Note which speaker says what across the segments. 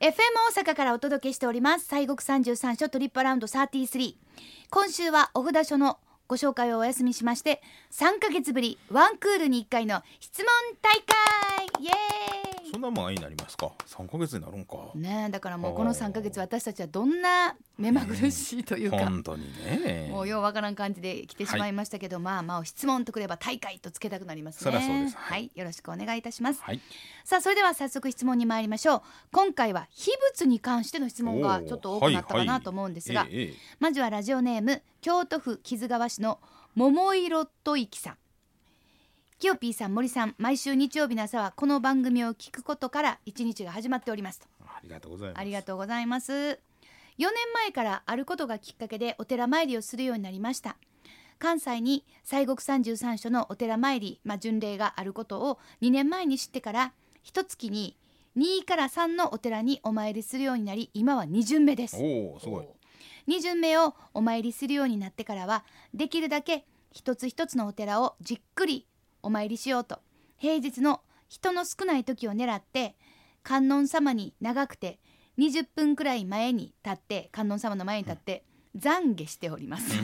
Speaker 1: FM 大阪からお届けしております西国三十三所トリップアラウンド33今週はお札所のご紹介をお休みしまして3ヶ月ぶりワンクールに1回の質問大会イエーイ
Speaker 2: そんなもん愛になりますか三ヶ月になるんか
Speaker 1: ねえだからもうこの3ヶ月私たちはどんな目まぐるしいというか、
Speaker 2: 本当にね
Speaker 1: もうようわからん感じで来てしまいましたけど、まあまあ質問とくれば大会とつけたくなりますね
Speaker 2: そらそうです
Speaker 1: は、
Speaker 2: はい
Speaker 1: よろしくお願いいたします、
Speaker 2: はい
Speaker 1: さあそれでは早速質問に参りましょう今回は秘仏に関しての質問がちょっと多くなったかなと思うんですが、
Speaker 2: おーはいはいえええ
Speaker 1: まずはラジオネーム京都府木津川市の桃色といきさんきよぴーさん森さん毎週日曜日の朝はこの番組を聞くことから一日が始まっておりますと
Speaker 2: えありがとうございます
Speaker 1: ありがとうございます4年前からあることがきっかけでお寺参りをするようになりました関西に西国三十三所のお寺参り、まあ、巡礼があることを2年前に知ってから一月に2から3のお寺にお参りするようになり今は2巡目です
Speaker 2: おおすごい
Speaker 1: 2巡目をお参りするようになってからはできるだけ一つ一つのお寺をじっくりお参りしようと平日の人の少ない時を狙って観音様に長くて20分くらい前に立って観音様の前に立って懺悔しております、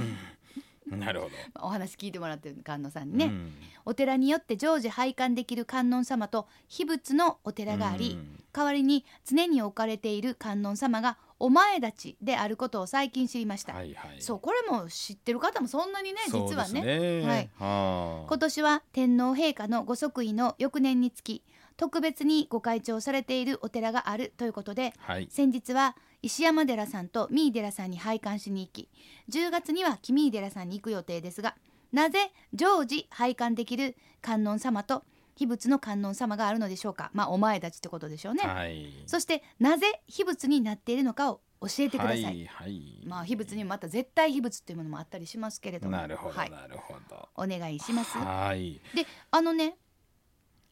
Speaker 2: なるほど
Speaker 1: お話聞いてもらってる観音さんにね、
Speaker 2: うん
Speaker 1: お寺によって常時拝観できる観音様と秘仏のお寺があり、
Speaker 2: うん
Speaker 1: 代わりに常に置かれている観音様がお前たちであることを最近知りました、
Speaker 2: はいはい
Speaker 1: そうこれも知ってる方もそんなにね
Speaker 2: そう
Speaker 1: 実はね
Speaker 2: です
Speaker 1: はい
Speaker 2: は
Speaker 1: 今年は天皇陛下のご即位の翌年につき特別にご開帳されているお寺があるということで
Speaker 2: あはい
Speaker 1: 先日は石山寺さんと三井寺さんに拝観しに行き10月には君井寺さんに行く予定ですがなぜ常時拝観できる観音様と秘仏の観音様があるのでしょうかまあお前たちってことでしょうね、
Speaker 2: はい
Speaker 1: そしてなぜ秘仏になっているのかを教えてください、
Speaker 2: はいはい
Speaker 1: まあ秘仏にもまた絶対秘仏というものもあったりしますけれども
Speaker 2: なるほど
Speaker 1: はい、
Speaker 2: なるほど
Speaker 1: お願いします
Speaker 2: はい
Speaker 1: であのね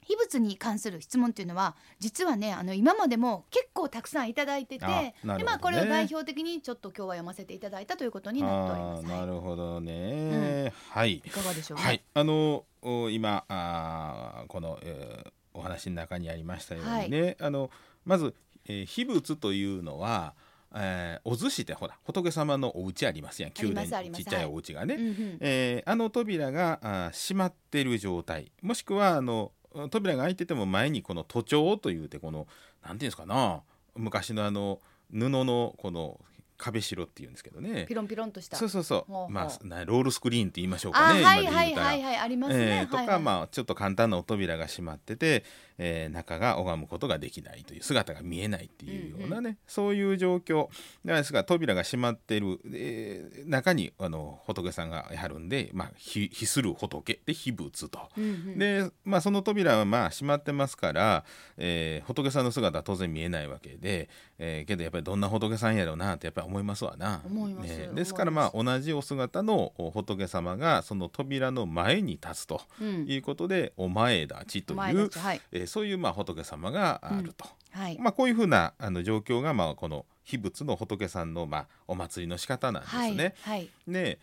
Speaker 1: 秘仏に関する質問っていうのは実はねあの今までも結構たくさんいただいてて
Speaker 2: あなるほどね
Speaker 1: でまあこれを代表的にちょっと今日は読ませていただいたということになっておりま
Speaker 2: あ
Speaker 1: す
Speaker 2: ー
Speaker 1: は、
Speaker 2: ないるほどねはい
Speaker 1: いかがでしょうか、
Speaker 2: はい、あのお今あーこの、えーお話の中にありましたようにね、あのまず、えー秘仏というのは、えーお寿司ってほら仏様のお家ありますやん
Speaker 1: あり
Speaker 2: 宮
Speaker 1: ますあ
Speaker 2: 殿
Speaker 1: り
Speaker 2: に
Speaker 1: ます
Speaker 2: ちっちゃいお家がね、
Speaker 1: うんうん
Speaker 2: えーあの扉があー閉まってる状態もしくはあの扉が開いてても前にこの徒長というてこのなんていうんですかな昔のあの布のこの壁白っていうんですけどね
Speaker 1: ピロンピロンとした
Speaker 2: そうそうそう
Speaker 1: ほうほう
Speaker 2: まあなロールスクリーンって言いましょう
Speaker 1: あ
Speaker 2: か
Speaker 1: ー
Speaker 2: ね
Speaker 1: はい
Speaker 2: 今で
Speaker 1: は
Speaker 2: 言
Speaker 1: いう
Speaker 2: たら
Speaker 1: はいはいありますね、
Speaker 2: えーとか、
Speaker 1: はいはい
Speaker 2: まあちょっと簡単なお扉が閉まってて、えー中が拝むことができないという姿が見えないっていうようなね、そういう状況ですが扉が閉まってる、えー中にあの仏さんがやるんで、まあ、ひひする仏で秘仏と。
Speaker 1: うんうん
Speaker 2: で、まあ、その扉はまあ閉まってますから、えー仏さんの姿は当然見えないわけで、えーけどやっぱりどんな仏さんやろうなってやっぱり思いますわな。
Speaker 1: 思います
Speaker 2: ね
Speaker 1: 思います
Speaker 2: ですからまあ同じお姿のお仏様がその扉の前に立つと
Speaker 1: うん
Speaker 2: いうことで「お前立ち」と
Speaker 1: お
Speaker 2: い
Speaker 1: 前
Speaker 2: う
Speaker 1: たちはい
Speaker 2: えーそういうまあ仏様があると。
Speaker 1: はい、
Speaker 2: まあ、こういうふうなあの状況がまあこの秘仏の仏さんのまあお祭りの仕方なんです
Speaker 1: はい
Speaker 2: ね。
Speaker 1: はい
Speaker 2: ね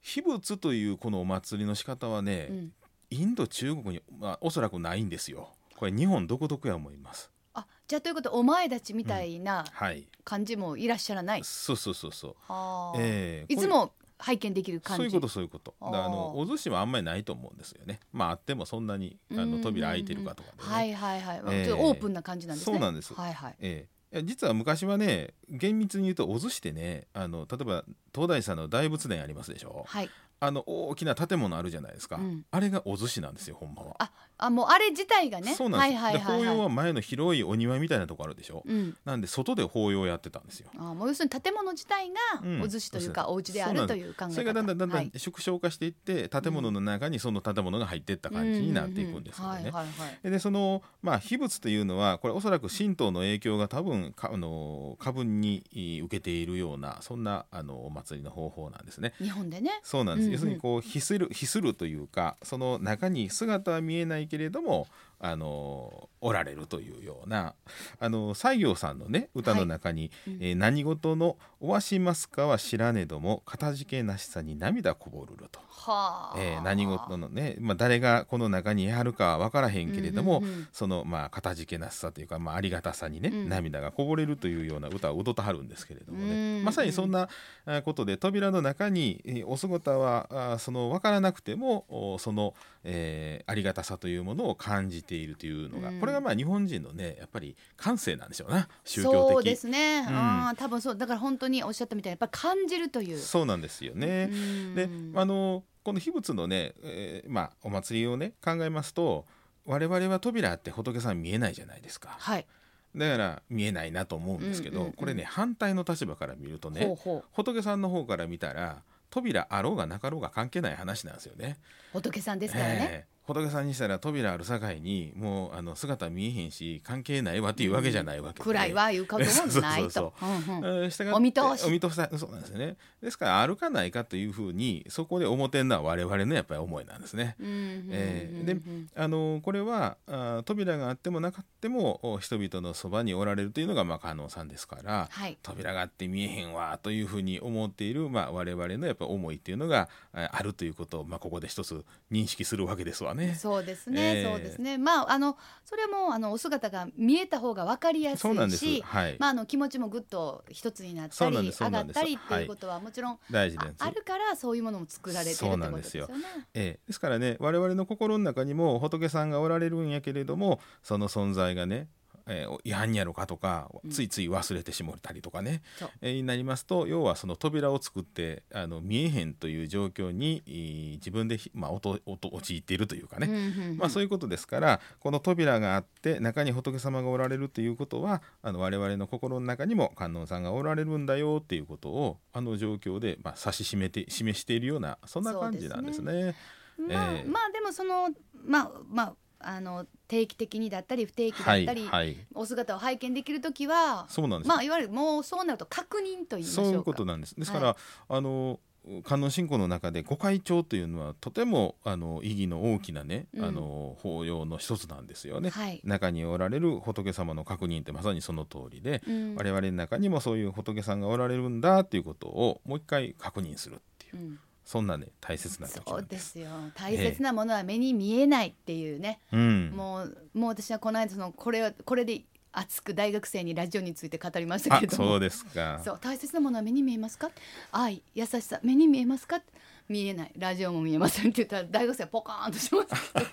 Speaker 2: 秘仏というこのお祭りの仕方はね、
Speaker 1: うん
Speaker 2: インド中国に、まあ、おそらくないんですよこれ日本独特や思います
Speaker 1: あじゃあということお前たちみたいな
Speaker 2: はい
Speaker 1: 感じもいらっしゃらない、
Speaker 2: そうそうそうそう
Speaker 1: はあ
Speaker 2: ええ
Speaker 1: いつも拝見できる感じ
Speaker 2: そういうことそういうこと
Speaker 1: あー
Speaker 2: だからあのお寿司はあんまりないと思うんですよねまああってもそんなに
Speaker 1: う
Speaker 2: あ
Speaker 1: んうんう
Speaker 2: の
Speaker 1: ん
Speaker 2: 扉開いてるかとかでね、
Speaker 1: はいはいはい、
Speaker 2: ええ
Speaker 1: ちょっとオープンな感じなんですね
Speaker 2: そうなんです
Speaker 1: はいはい
Speaker 2: ええいや実は昔はね厳密に言うとお寿司ってねあの例えば東大寺さんの大仏殿ありますでしょ
Speaker 1: はい
Speaker 2: あの大きな建物あるじゃないですか、
Speaker 1: うん
Speaker 2: あれがお寿司なんですよほんまは、
Speaker 1: ああもうあれ自体がね
Speaker 2: そうなんですよ、
Speaker 1: はいはいはい
Speaker 2: で法要
Speaker 1: はい
Speaker 2: は前の広いお庭みたいなとこあるでしょ、
Speaker 1: うん
Speaker 2: なんで外で法要やってたんですよ
Speaker 1: あもう要するに建物自体
Speaker 2: うん
Speaker 1: がお寿司というか、お家であ
Speaker 2: そうな
Speaker 1: る
Speaker 2: ん
Speaker 1: と
Speaker 2: です
Speaker 1: いう考え方
Speaker 2: それがだんだんだんだ
Speaker 1: は
Speaker 2: ん
Speaker 1: い
Speaker 2: 縮小化していって、建物の中にその建物が入っていった感じになっていくんですよね。
Speaker 1: うううはいはいはい
Speaker 2: でその、まあ、秘仏というのはこれおそらく神道の影響が多分かあの過分にえー受けているようなそんなあのお祭りの方法なんですね。
Speaker 1: 日本でね
Speaker 2: そうなんです、
Speaker 1: うんうん
Speaker 2: 要するにこうひするひするというかその中に姿は見えないけれどもあのおられるというようなあの西行さんのね歌の中に、
Speaker 1: うん
Speaker 2: えー何事のおわしますかは知らねどもかたじけなしさに涙こぼるると、
Speaker 1: はあ、
Speaker 2: えー何事のね、まあ、誰がこの中にやるかは分からへんけれども、
Speaker 1: うんうんうん
Speaker 2: そのまあかたじけなしさというか、まあ、ありがたさにね、
Speaker 1: うん
Speaker 2: 涙がこぼれるというような歌を踊ってはるんですけれどもね、
Speaker 1: うんうん
Speaker 2: まさにそんなあことで扉の中に、えーお姿はあーその分からなくてもおその、えーありがたさというものを感じているというのが、
Speaker 1: うん
Speaker 2: これがまあ日本人のねやっぱり感性なんでしょうな宗教的
Speaker 1: そうですね、
Speaker 2: うん
Speaker 1: ああ多分そうだから本当におっしゃったみたいにやっぱ感じるという
Speaker 2: そうなんですよね。
Speaker 1: うん
Speaker 2: であのこの秘仏のね、えーまあ、お祭りをね考えますと我々は扉あって仏さん見えないじゃないですか
Speaker 1: はい、
Speaker 2: だから見えないなと思うんですけど、
Speaker 1: うんうんうん
Speaker 2: これね反対の立場から見ると
Speaker 1: ほう
Speaker 2: ね
Speaker 1: ほう
Speaker 2: 仏さんの方から見たら扉あろうがなかろうが関係ない話なんですよね。
Speaker 1: 仏さんですからね、
Speaker 2: ええ仏さんにしたら扉ある境にもうあの姿見えへんし関係ないわっていうわけじゃないわけで、
Speaker 1: くらいは言うかともないと
Speaker 2: そう
Speaker 1: うんうん
Speaker 2: えーしたが
Speaker 1: お見通し
Speaker 2: お見通しだそうなんですねですからあるかないかというふうにそこで思てんのは我々のやっぱり思いなんですね。
Speaker 1: うんうん
Speaker 2: え
Speaker 1: うんう
Speaker 2: ー
Speaker 1: ん
Speaker 2: であのこれはあー扉があってもなかってもお人々のそばにおられるというのがまあ観音さんですから
Speaker 1: はい
Speaker 2: 扉があって見えへんわというふうに思っている、まあ、我々のやっぱ思いっていうのがああるということを、まあ、ここで一つ認識するわけですわね。
Speaker 1: そうですね、
Speaker 2: ええ
Speaker 1: そうですねまああのそれもあのお姿が見えた方が分かりやす
Speaker 2: そうなん
Speaker 1: い
Speaker 2: です
Speaker 1: し、
Speaker 2: はい、
Speaker 1: まあ、あの気持ちもぐっと一つになっ
Speaker 2: そ
Speaker 1: た
Speaker 2: う
Speaker 1: り
Speaker 2: なん
Speaker 1: 上
Speaker 2: ですそう
Speaker 1: が
Speaker 2: な
Speaker 1: っ
Speaker 2: んです
Speaker 1: たりっていうことはもちろん、
Speaker 2: 大事な
Speaker 1: あ
Speaker 2: やつ
Speaker 1: あるからそういうものも作られてるって
Speaker 2: そう
Speaker 1: こ
Speaker 2: なん
Speaker 1: とで
Speaker 2: ですす
Speaker 1: よ
Speaker 2: よ
Speaker 1: ね。
Speaker 2: ええ、ですからね我々の心の中にも仏さんがおられるんやけれどもその存在がね、ええ違反やろかとか
Speaker 1: うん
Speaker 2: ついつい忘れてしもったりとかね、
Speaker 1: そう
Speaker 2: ええになりますと要はその扉を作ってあの見えへんという状況に、ええ自分でひ、まあ、おとおと陥っているというかね、
Speaker 1: うんうんうん
Speaker 2: まあ、そういうことですからこの扉があって中に仏様がおられるということはあの我々の心の中にも観音さんがおられるんだよっていうことをあの状況で、まあ、指し示て示しているようなそんな感じなんですね。
Speaker 1: まあ、
Speaker 2: ええ
Speaker 1: まあでもそのまあまああの定期的にだったり不定期だった
Speaker 2: はい
Speaker 1: り、
Speaker 2: はい
Speaker 1: お姿を拝見できるときは
Speaker 2: そうなんです、
Speaker 1: まあいわゆるもうそうなると確認と言いましょうか。
Speaker 2: そういうことなんです。ですから、あの観音信仰の中で御開帳というのはとてもあの意義の大きなね、
Speaker 1: うん
Speaker 2: あの法要の一つなんですよね。
Speaker 1: はい。
Speaker 2: 中におられる仏様の確認ってまさにその通りで、
Speaker 1: うん
Speaker 2: 我々の中にもそういう仏さんがおられるんだっていうことをもう一回確認するっていう
Speaker 1: うん
Speaker 2: そんなね大切な時
Speaker 1: そ
Speaker 2: な
Speaker 1: うん
Speaker 2: で。
Speaker 1: ですすよ大切なものは目に見えないっていうね、
Speaker 2: うん、
Speaker 1: もうもう私はこの間そのこれをこれで熱く大学生にラジオについて語りました
Speaker 2: あ
Speaker 1: けれども
Speaker 2: そうですか。
Speaker 1: そう大切なものは目に見えますか愛優しさ目に見えますか見えないラジオも見えませんって言ったら大学生はポカーンとします けど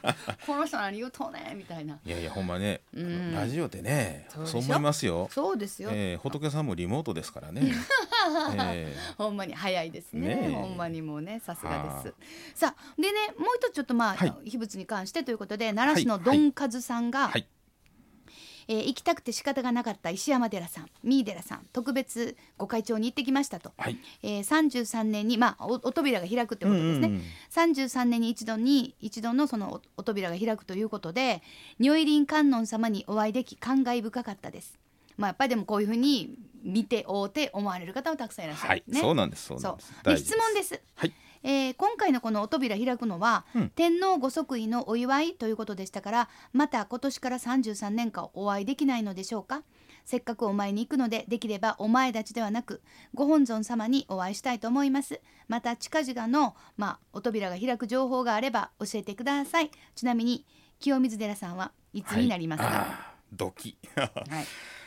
Speaker 1: この人何言うとんねんみたいない
Speaker 2: やいやほんまね、
Speaker 1: うん
Speaker 2: ラジオってね
Speaker 1: そうでし
Speaker 2: そ
Speaker 1: ょ
Speaker 2: う思いますよ。
Speaker 1: そうですよ、
Speaker 2: えー、仏さんもリモートですからね。 え
Speaker 1: ほんまに早いですね
Speaker 2: ねえ
Speaker 1: ほんまにもうねさすがで
Speaker 2: は
Speaker 1: すさあでねもう一つちょっとまあ、
Speaker 2: はい
Speaker 1: 秘仏に関してということで奈良市の
Speaker 2: はい
Speaker 1: どんかずさんが、
Speaker 2: はい
Speaker 1: えー行きたくて仕方がなかった石山寺さん三井寺さん特別ご会長に行ってきましたと、
Speaker 2: ー、はい。
Speaker 1: えー、33年にまあおお扉が開くってことですね、
Speaker 2: うんうんうん
Speaker 1: 33年に一度に一度のそのおお扉が開くということで如意輪観音様にお会いでき感慨深かったです。まあ、やっぱりでもこういうふうに見ておうて思われる方もたくさんいらっしゃ
Speaker 2: はい
Speaker 1: る、ね。
Speaker 2: そうなんです。そうな
Speaker 1: そ
Speaker 2: んです。
Speaker 1: うで
Speaker 2: 大事
Speaker 1: 質問です、
Speaker 2: はい
Speaker 1: えー今回のこのお扉開くのは、
Speaker 2: うん
Speaker 1: 天皇ご即位のお祝いということでしたからまた今年から33年間お会いできないのでしょうかせっかくお前に行くのでできればお前立ちではなくご本尊様にお会いしたいと思いますまた近々の、まあ、お扉が開く情報があれば教えてくださいちなみに清水寺さんはいつになりますか、
Speaker 2: はい
Speaker 1: は
Speaker 2: あードキ。
Speaker 1: い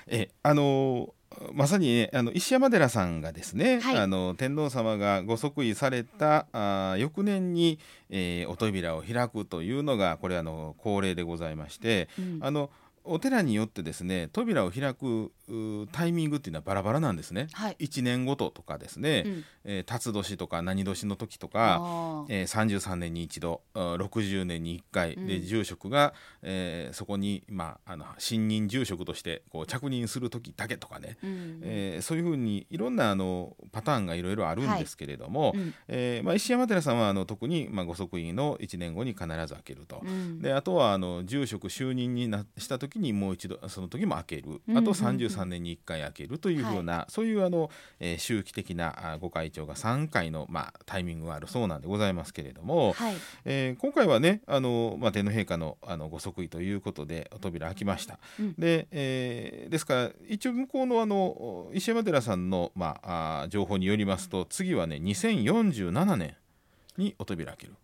Speaker 2: えあのーまさにねあの石山寺さんがですね、
Speaker 1: はい
Speaker 2: あの天皇様がご即位されたあー翌年に、えーお扉を開くというのがこれあの恒例でございまして、
Speaker 1: うん
Speaker 2: あのお寺によってですね扉を開くうータイミングっていうのはバラバラなんですね。
Speaker 1: はい
Speaker 2: 1年ごととかですね、
Speaker 1: うん
Speaker 2: えー辰年とか何年の時とか、
Speaker 1: あー
Speaker 2: えー、33年に一度あー60年に1回で、
Speaker 1: うん
Speaker 2: 住職が、えーそこに、まあ、あの新任住職としてこう着任する時だけとかね、
Speaker 1: うん
Speaker 2: えーそういうふうにいろんなあのパターンがいろいろあるんですけれども、
Speaker 1: うん
Speaker 2: えーまあ、石山寺さんはあの特に、まあ、ご即位の1年後に必ず開けると。
Speaker 1: うん
Speaker 2: であとはあの住職就任になした時時にもう一度その時も開ける
Speaker 1: うん
Speaker 2: あと
Speaker 1: うん
Speaker 2: 33年に1回開けるというふうな、そういうあの、えー周期的なあご会長が3回の、まあ、タイミングがあるそうなんでございますけれども、
Speaker 1: はい
Speaker 2: えー今回はねあの、まあ、天皇陛下のあのご即位ということで扉開きました。
Speaker 1: うん
Speaker 2: でえーですから一応向こうのあの石山寺さんの、まあ、あー情報によりますと次はね2047年にお扉開ける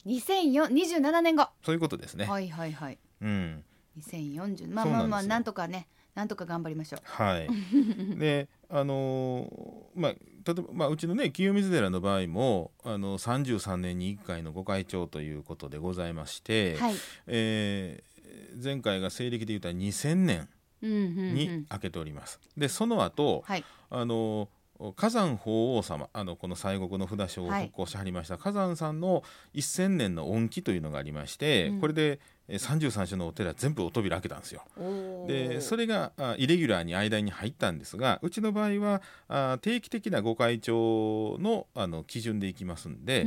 Speaker 1: 2027年後
Speaker 2: そういうことですね。
Speaker 1: はいはいはい
Speaker 2: うん
Speaker 1: 2040まあま
Speaker 2: そうなんですよ
Speaker 1: あまあなんとかねなんとか頑張りましょう
Speaker 2: はい、 であのーまあ例えば、まあ、うちのね清水寺の場合もあの33年に1回のご開帳ということでございまして、
Speaker 1: はい
Speaker 2: えー前回が西暦で言うたら2000年
Speaker 1: うんうんうん
Speaker 2: に開けております。でその後、
Speaker 1: はい
Speaker 2: あの火山法皇様あのこの西国の札所を
Speaker 1: はい
Speaker 2: 復興しはりました、火山さんの1,000年の恩期というのがありまして、
Speaker 1: うん
Speaker 2: これでえー33所のお寺全部お扉開けたんですよ。
Speaker 1: お
Speaker 2: でそ
Speaker 1: れ
Speaker 2: れがあイレギュラーに間に入ったんですがうちの場合はあ定期的なご会長のあの基準でいきますんで、え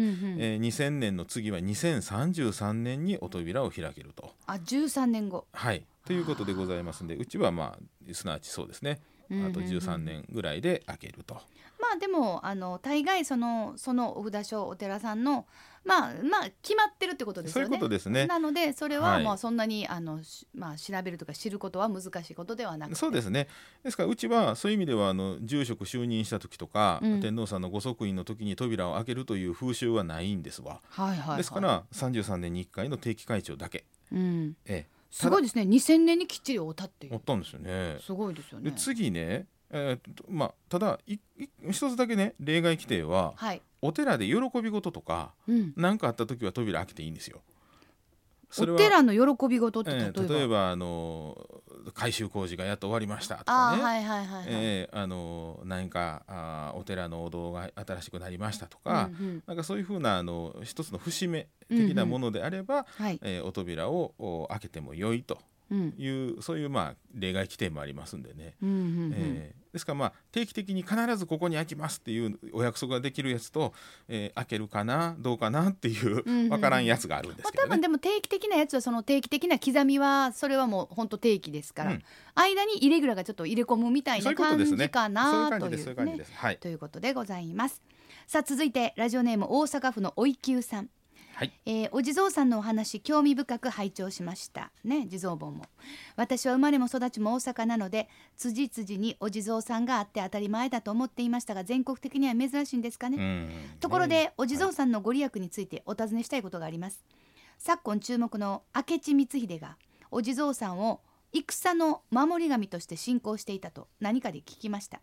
Speaker 2: ー2000年の次は2033年にお扉を開けると。
Speaker 1: あ13年後
Speaker 2: はいということでございますんでうちはまあすなわちそうですねあ
Speaker 1: うんうん
Speaker 2: と
Speaker 1: うん
Speaker 2: 13年ぐらいで開けると。
Speaker 1: まあでもあの大概そのそのお札所お寺さんのまあまあ決まってるってことです
Speaker 2: そうい
Speaker 1: よ
Speaker 2: う
Speaker 1: ね。
Speaker 2: ことですね。
Speaker 1: なのでそれは
Speaker 2: はい
Speaker 1: まあそんなに、あのしまあ調べるとか知ることは難しいことではなくて
Speaker 2: そうですねですからうちはそういう意味ではあの住職就任した時とか、
Speaker 1: うん
Speaker 2: 天皇さんのご即位の時に扉を開けるという風習はないんですわ。
Speaker 1: はいはい、はい、
Speaker 2: ですから33年に1回の定期会長だけ、
Speaker 1: うん、
Speaker 2: ええ、
Speaker 1: すごいですね2000年にきっちりおたってい
Speaker 2: 持っ
Speaker 1: う
Speaker 2: たんですよね。
Speaker 1: すごいですよ
Speaker 2: で
Speaker 1: ね
Speaker 2: 次ね、えーとまあ、ただいい一つだけね例外規定は
Speaker 1: はい、
Speaker 2: お寺で喜び事とか
Speaker 1: うん、
Speaker 2: 何かあった時は扉開けていいんですよ。それ
Speaker 1: お
Speaker 2: は
Speaker 1: 寺の喜び事って例えば、
Speaker 2: えー例えばあの改修工事がやっと終わりましたと
Speaker 1: あ
Speaker 2: か
Speaker 1: あ、
Speaker 2: ね。
Speaker 1: はいはいはいはい、
Speaker 2: えーあの何かあーお寺のお堂が新しくなりましたとか、
Speaker 1: うんうん
Speaker 2: なんかそういうふうなあの一つの節目的なものであれば、
Speaker 1: はい、
Speaker 2: えーお扉をお開けても良いと
Speaker 1: うん
Speaker 2: いうそういうまあ例外規定もありますんでね、
Speaker 1: うんうんうん
Speaker 2: えーですからまあ定期的に必ずここに開きますっていうお約束ができるやつと、えー開けるかなどうかなっていう
Speaker 1: うんうん
Speaker 2: 分からんやつがあるんで
Speaker 1: ますあ、
Speaker 2: けど
Speaker 1: 多
Speaker 2: ね。
Speaker 1: 分でも定期的なやつはその定期的な刻みはそれはもう本当定期ですから、
Speaker 2: うん
Speaker 1: 間にイレギュラーがちょっと入れ込むみたい
Speaker 2: そうい
Speaker 1: な
Speaker 2: うこと
Speaker 1: 感
Speaker 2: です
Speaker 1: じ
Speaker 2: ね。
Speaker 1: か
Speaker 2: そういう
Speaker 1: な
Speaker 2: 感
Speaker 1: と
Speaker 2: じ
Speaker 1: い
Speaker 2: です。そういう感
Speaker 1: う
Speaker 2: じ
Speaker 1: ね
Speaker 2: です。はい。
Speaker 1: ということでございますさあ続いてラジオネーム大阪府のおいきゅうさん
Speaker 2: はい。
Speaker 1: えーお地蔵さんのお話興味深く拝聴しましたね地蔵本も私は生まれも育ちも大阪なので辻々にお地蔵さんがあって当たり前だと思っていましたが全国的には珍しいんですかね、
Speaker 2: うん
Speaker 1: ところで、
Speaker 2: ね
Speaker 1: お地蔵さんのご利益についてお尋ねしたいことがあります、昨今注目の明智光秀がお地蔵さんを戦の守り神として信仰していたと何かで聞きました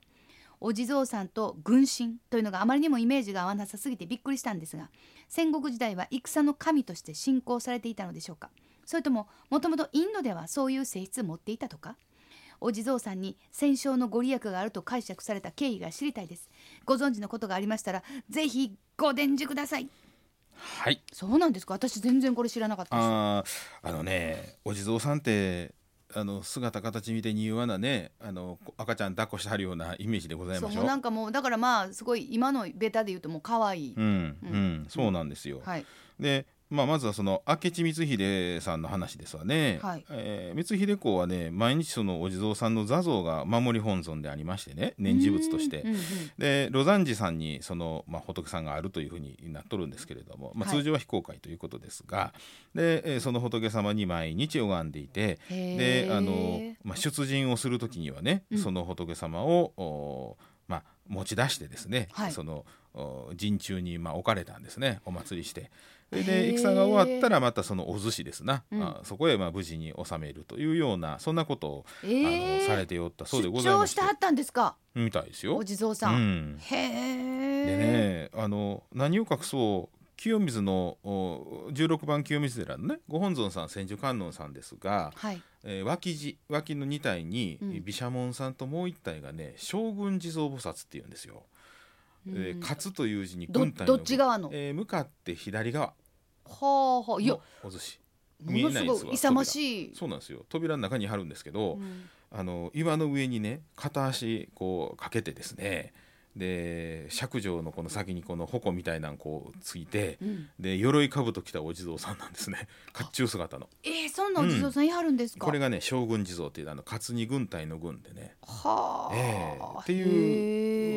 Speaker 1: お地蔵さんと軍神というのがあまりにもイメージが合わなさすぎてびっくりしたんですが戦国時代は戦の神として信仰されていたのでしょうかそれとももともとインドではそういう性質を持っていたとかお地蔵さんに戦勝のご利益があると解釈された経緯が知りたいですご存知のことがありましたらぜひご伝授ください
Speaker 2: はい。
Speaker 1: そうなんですか私全然これ知らなかったです
Speaker 2: あーあのねお地蔵さんってあの姿形見て柔和なねあのこ赤ちゃん抱っこしてはるようなイメージでござい
Speaker 1: そ
Speaker 2: ま
Speaker 1: う
Speaker 2: しょ
Speaker 1: もうなんかもうだからまあすごい今のベタで言うともう可愛い、
Speaker 2: うん、
Speaker 1: う
Speaker 2: うんん、そうなんですよ。
Speaker 1: はい
Speaker 2: で、まあ、まずはその明智光秀さんの話ですわね。
Speaker 1: はい
Speaker 2: えー光秀公はね、毎日そのお地蔵さんの座像が守り本尊でありましてね、念持仏として。
Speaker 1: うんうん
Speaker 2: で露山寺さんにその、まあ、仏さんがあるというふうになっとるんですけれども、まあ、
Speaker 1: はい
Speaker 2: 通常は非公開ということですが、でえーその仏様に毎日拝んでいて
Speaker 1: へ
Speaker 2: で
Speaker 1: ー
Speaker 2: あの、まあ、出陣をする時にはね、
Speaker 1: うん
Speaker 2: その仏様を、おまあ、持ち出してですね、
Speaker 1: はい
Speaker 2: そのお陣中に、まあ、置かれたんですねお祭りして。で
Speaker 1: へ
Speaker 2: で
Speaker 1: ー
Speaker 2: 戦が終わったらまたそのお寿司ですな、
Speaker 1: うん
Speaker 2: あそこへまあ無事に収めるというようなそんなことを、
Speaker 1: えー
Speaker 2: あのされておったそうでござい
Speaker 1: 出
Speaker 2: ま
Speaker 1: 張
Speaker 2: し
Speaker 1: しててはったんですか
Speaker 2: みたいですよ
Speaker 1: お。地蔵さん、
Speaker 2: うん
Speaker 1: へえ
Speaker 2: でねあの何を隠そう清水のお16番清水寺のねご本尊さん千手観音さんですが、
Speaker 1: はい
Speaker 2: えー脇地脇の2体に
Speaker 1: うん
Speaker 2: 毘沙門さんともう1体がね将軍地蔵菩薩っていうんですよ。えー
Speaker 1: うん
Speaker 2: 勝つという字に
Speaker 1: ど
Speaker 2: 軍隊の
Speaker 1: どっち側の
Speaker 2: えー向かって左側
Speaker 1: はあはあいや
Speaker 2: のお寿司
Speaker 1: もの
Speaker 2: 見えな
Speaker 1: す
Speaker 2: いですわ
Speaker 1: ごい勇ましい
Speaker 2: そうなんですよ扉の中に貼るんですけど、
Speaker 1: うん
Speaker 2: あの岩の上にね片足こうかけてですねで釈上のこの先にこの矛みたいなんこうついて
Speaker 1: うん、
Speaker 2: で鎧兜着たお地蔵さんなんですね甲冑姿の
Speaker 1: えー、そんなお地蔵さんやるんですか、
Speaker 2: これがね将軍地蔵っていうあの勝に軍隊の軍でね、
Speaker 1: はあ、
Speaker 2: ええって
Speaker 1: へ
Speaker 2: い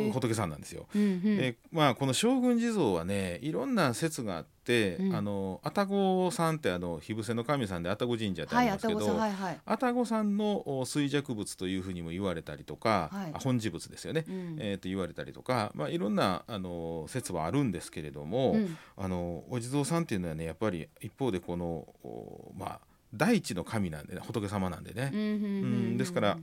Speaker 1: え
Speaker 2: う仏さんなんですよ。
Speaker 1: うんうん
Speaker 2: でまあ、この将軍地蔵はねいろんな説があって、
Speaker 1: うん
Speaker 2: あの愛宕さんってあの火伏せの神さんで愛宕神社ってあ
Speaker 1: は
Speaker 2: り
Speaker 1: い、
Speaker 2: ま
Speaker 1: あ
Speaker 2: す
Speaker 1: た
Speaker 2: け
Speaker 1: ご
Speaker 2: ど、
Speaker 1: さん、はいはい。
Speaker 2: 愛宕さんのお衰弱物というふうにも言われたりとか、
Speaker 1: はい
Speaker 2: あ本地物ですよね、
Speaker 1: うん
Speaker 2: えー、と言われたりとか、まあ、いろんなあの説はあるんですけれども、
Speaker 1: うん
Speaker 2: あのお地蔵さんっていうのはねやっぱり一方でこのおまあ大地の神なんで、ね、仏様なんでね、
Speaker 1: うんうんうんうん
Speaker 2: ですから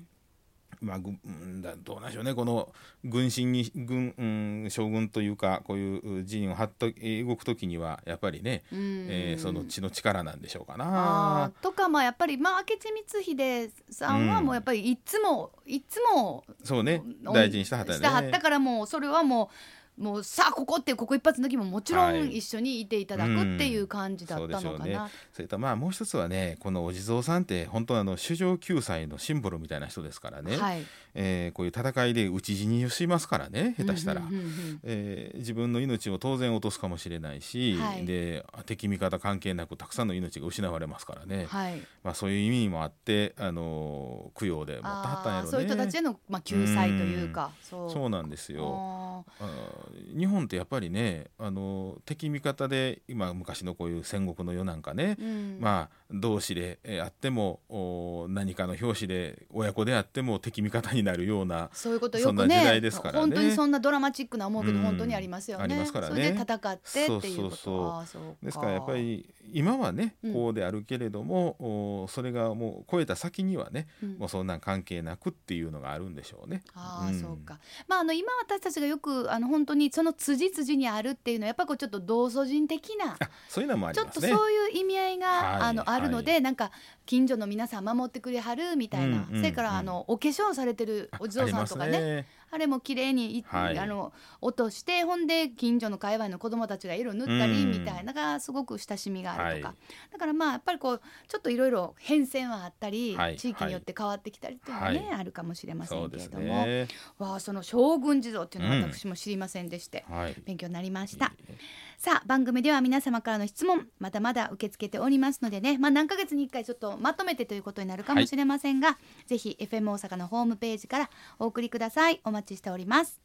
Speaker 2: まあ、ぐうんだどうなんでしょうねこの軍神に軍、うん、将軍というかこういう寺院を張っとえー動く時にはやっぱりね、
Speaker 1: うん
Speaker 2: えーその血の力なんでしょうか
Speaker 1: あ
Speaker 2: な。
Speaker 1: ーとかまあやっぱりまあ明智光秀さんは
Speaker 2: うん
Speaker 1: もうやっぱりいつも、いつも
Speaker 2: そうね
Speaker 1: お
Speaker 2: 大事にしたはったん
Speaker 1: してはった
Speaker 2: ね。
Speaker 1: からもうそれはもうもうさあここってここ一発の時ももちろ
Speaker 2: は
Speaker 1: ん
Speaker 2: い
Speaker 1: 一緒にいていただくっていう感じだった
Speaker 2: うん
Speaker 1: の
Speaker 2: そ
Speaker 1: か
Speaker 2: うでしょ
Speaker 1: な。
Speaker 2: それとまあもう一つはねこのお地蔵さんって本当あの主上救済のシンボルみたいな人ですからね、
Speaker 1: はい。
Speaker 2: えーこういう戦いで討ち死にをしますからね下手したら。
Speaker 1: うんうんうんうん
Speaker 2: えー自分の命を当然落とすかもしれないし、
Speaker 1: はい
Speaker 2: で敵味方関係なくたくさんの命が失われますからね、
Speaker 1: はい。
Speaker 2: まあ、そういう意味もあって、あのー供養で持ってはったんや
Speaker 1: ああ
Speaker 2: ろね
Speaker 1: そういう人たちへのまあ救済というか、そう。
Speaker 2: そうなんですよ
Speaker 1: あ
Speaker 2: あー日本ってやっぱりね、あのー敵味方で今昔のこういう戦国の世なんかね
Speaker 1: ー、うん
Speaker 2: まあ同志でえーあってもおー何かの拍子で親子であっても敵味方になるような
Speaker 1: そういうことよ
Speaker 2: そ
Speaker 1: く
Speaker 2: んな時
Speaker 1: ね
Speaker 2: 代ですからね
Speaker 1: 本当にそんなドラマチックな思うけど
Speaker 2: うん
Speaker 1: 本当にありますよね。
Speaker 2: ありますからね
Speaker 1: それで戦ってっていうこと
Speaker 2: そうそうそう
Speaker 1: ああそう
Speaker 2: ですからやっぱり今はね
Speaker 1: うん
Speaker 2: こうであるけれども、おーそれがもう超えた先にはね
Speaker 1: うん
Speaker 2: もうそんなん関係なくっていうのがあるんでしょうね。
Speaker 1: ああ、
Speaker 2: ん
Speaker 1: そうか。まあ、あの、今私たちがよく、あの、本当に、その辻辻にあるっていうのは、やっぱ、こう、ちょっと同祖人的な。
Speaker 2: あそういうのもあり
Speaker 1: ちょっ
Speaker 2: ま
Speaker 1: と
Speaker 2: す
Speaker 1: そう
Speaker 2: ね。
Speaker 1: いう意味合いが、
Speaker 2: はい
Speaker 1: あの、あるので、なんか。近所の皆さん守ってくれはるみたいな、
Speaker 2: うんうん
Speaker 1: それから、
Speaker 2: うん
Speaker 1: あの、お化粧されてる
Speaker 2: あ
Speaker 1: お地蔵さんとか
Speaker 2: あり
Speaker 1: ね。
Speaker 2: ます
Speaker 1: あれも綺麗にい、
Speaker 2: はい
Speaker 1: あの、落として、ほんで、近所の界隈の子供たちが色塗ったり
Speaker 2: うん
Speaker 1: みたいな、がすごく親しみがあるとか。
Speaker 2: はい
Speaker 1: だから、まあ、やっぱり、こう、ちょっといろいろ変遷はあったり、
Speaker 2: はい
Speaker 1: 地域によって変わってきたりっていうのはね、
Speaker 2: はい
Speaker 1: あるかもしれませ
Speaker 2: そうん
Speaker 1: け
Speaker 2: で
Speaker 1: れ
Speaker 2: す
Speaker 1: ども。
Speaker 2: ね。
Speaker 1: わあその将軍地蔵っていうのは
Speaker 2: うん
Speaker 1: 私も知りませんでして、
Speaker 2: はい。
Speaker 1: 勉強になりましたさあ番組では皆様からの質問まだまだ受け付けておりますのでねまあ何ヶ月に1回ちょっとまとめてということになるかもしれませんが、ぜひ FM 大阪のホームページからお送りくださいお待ちしております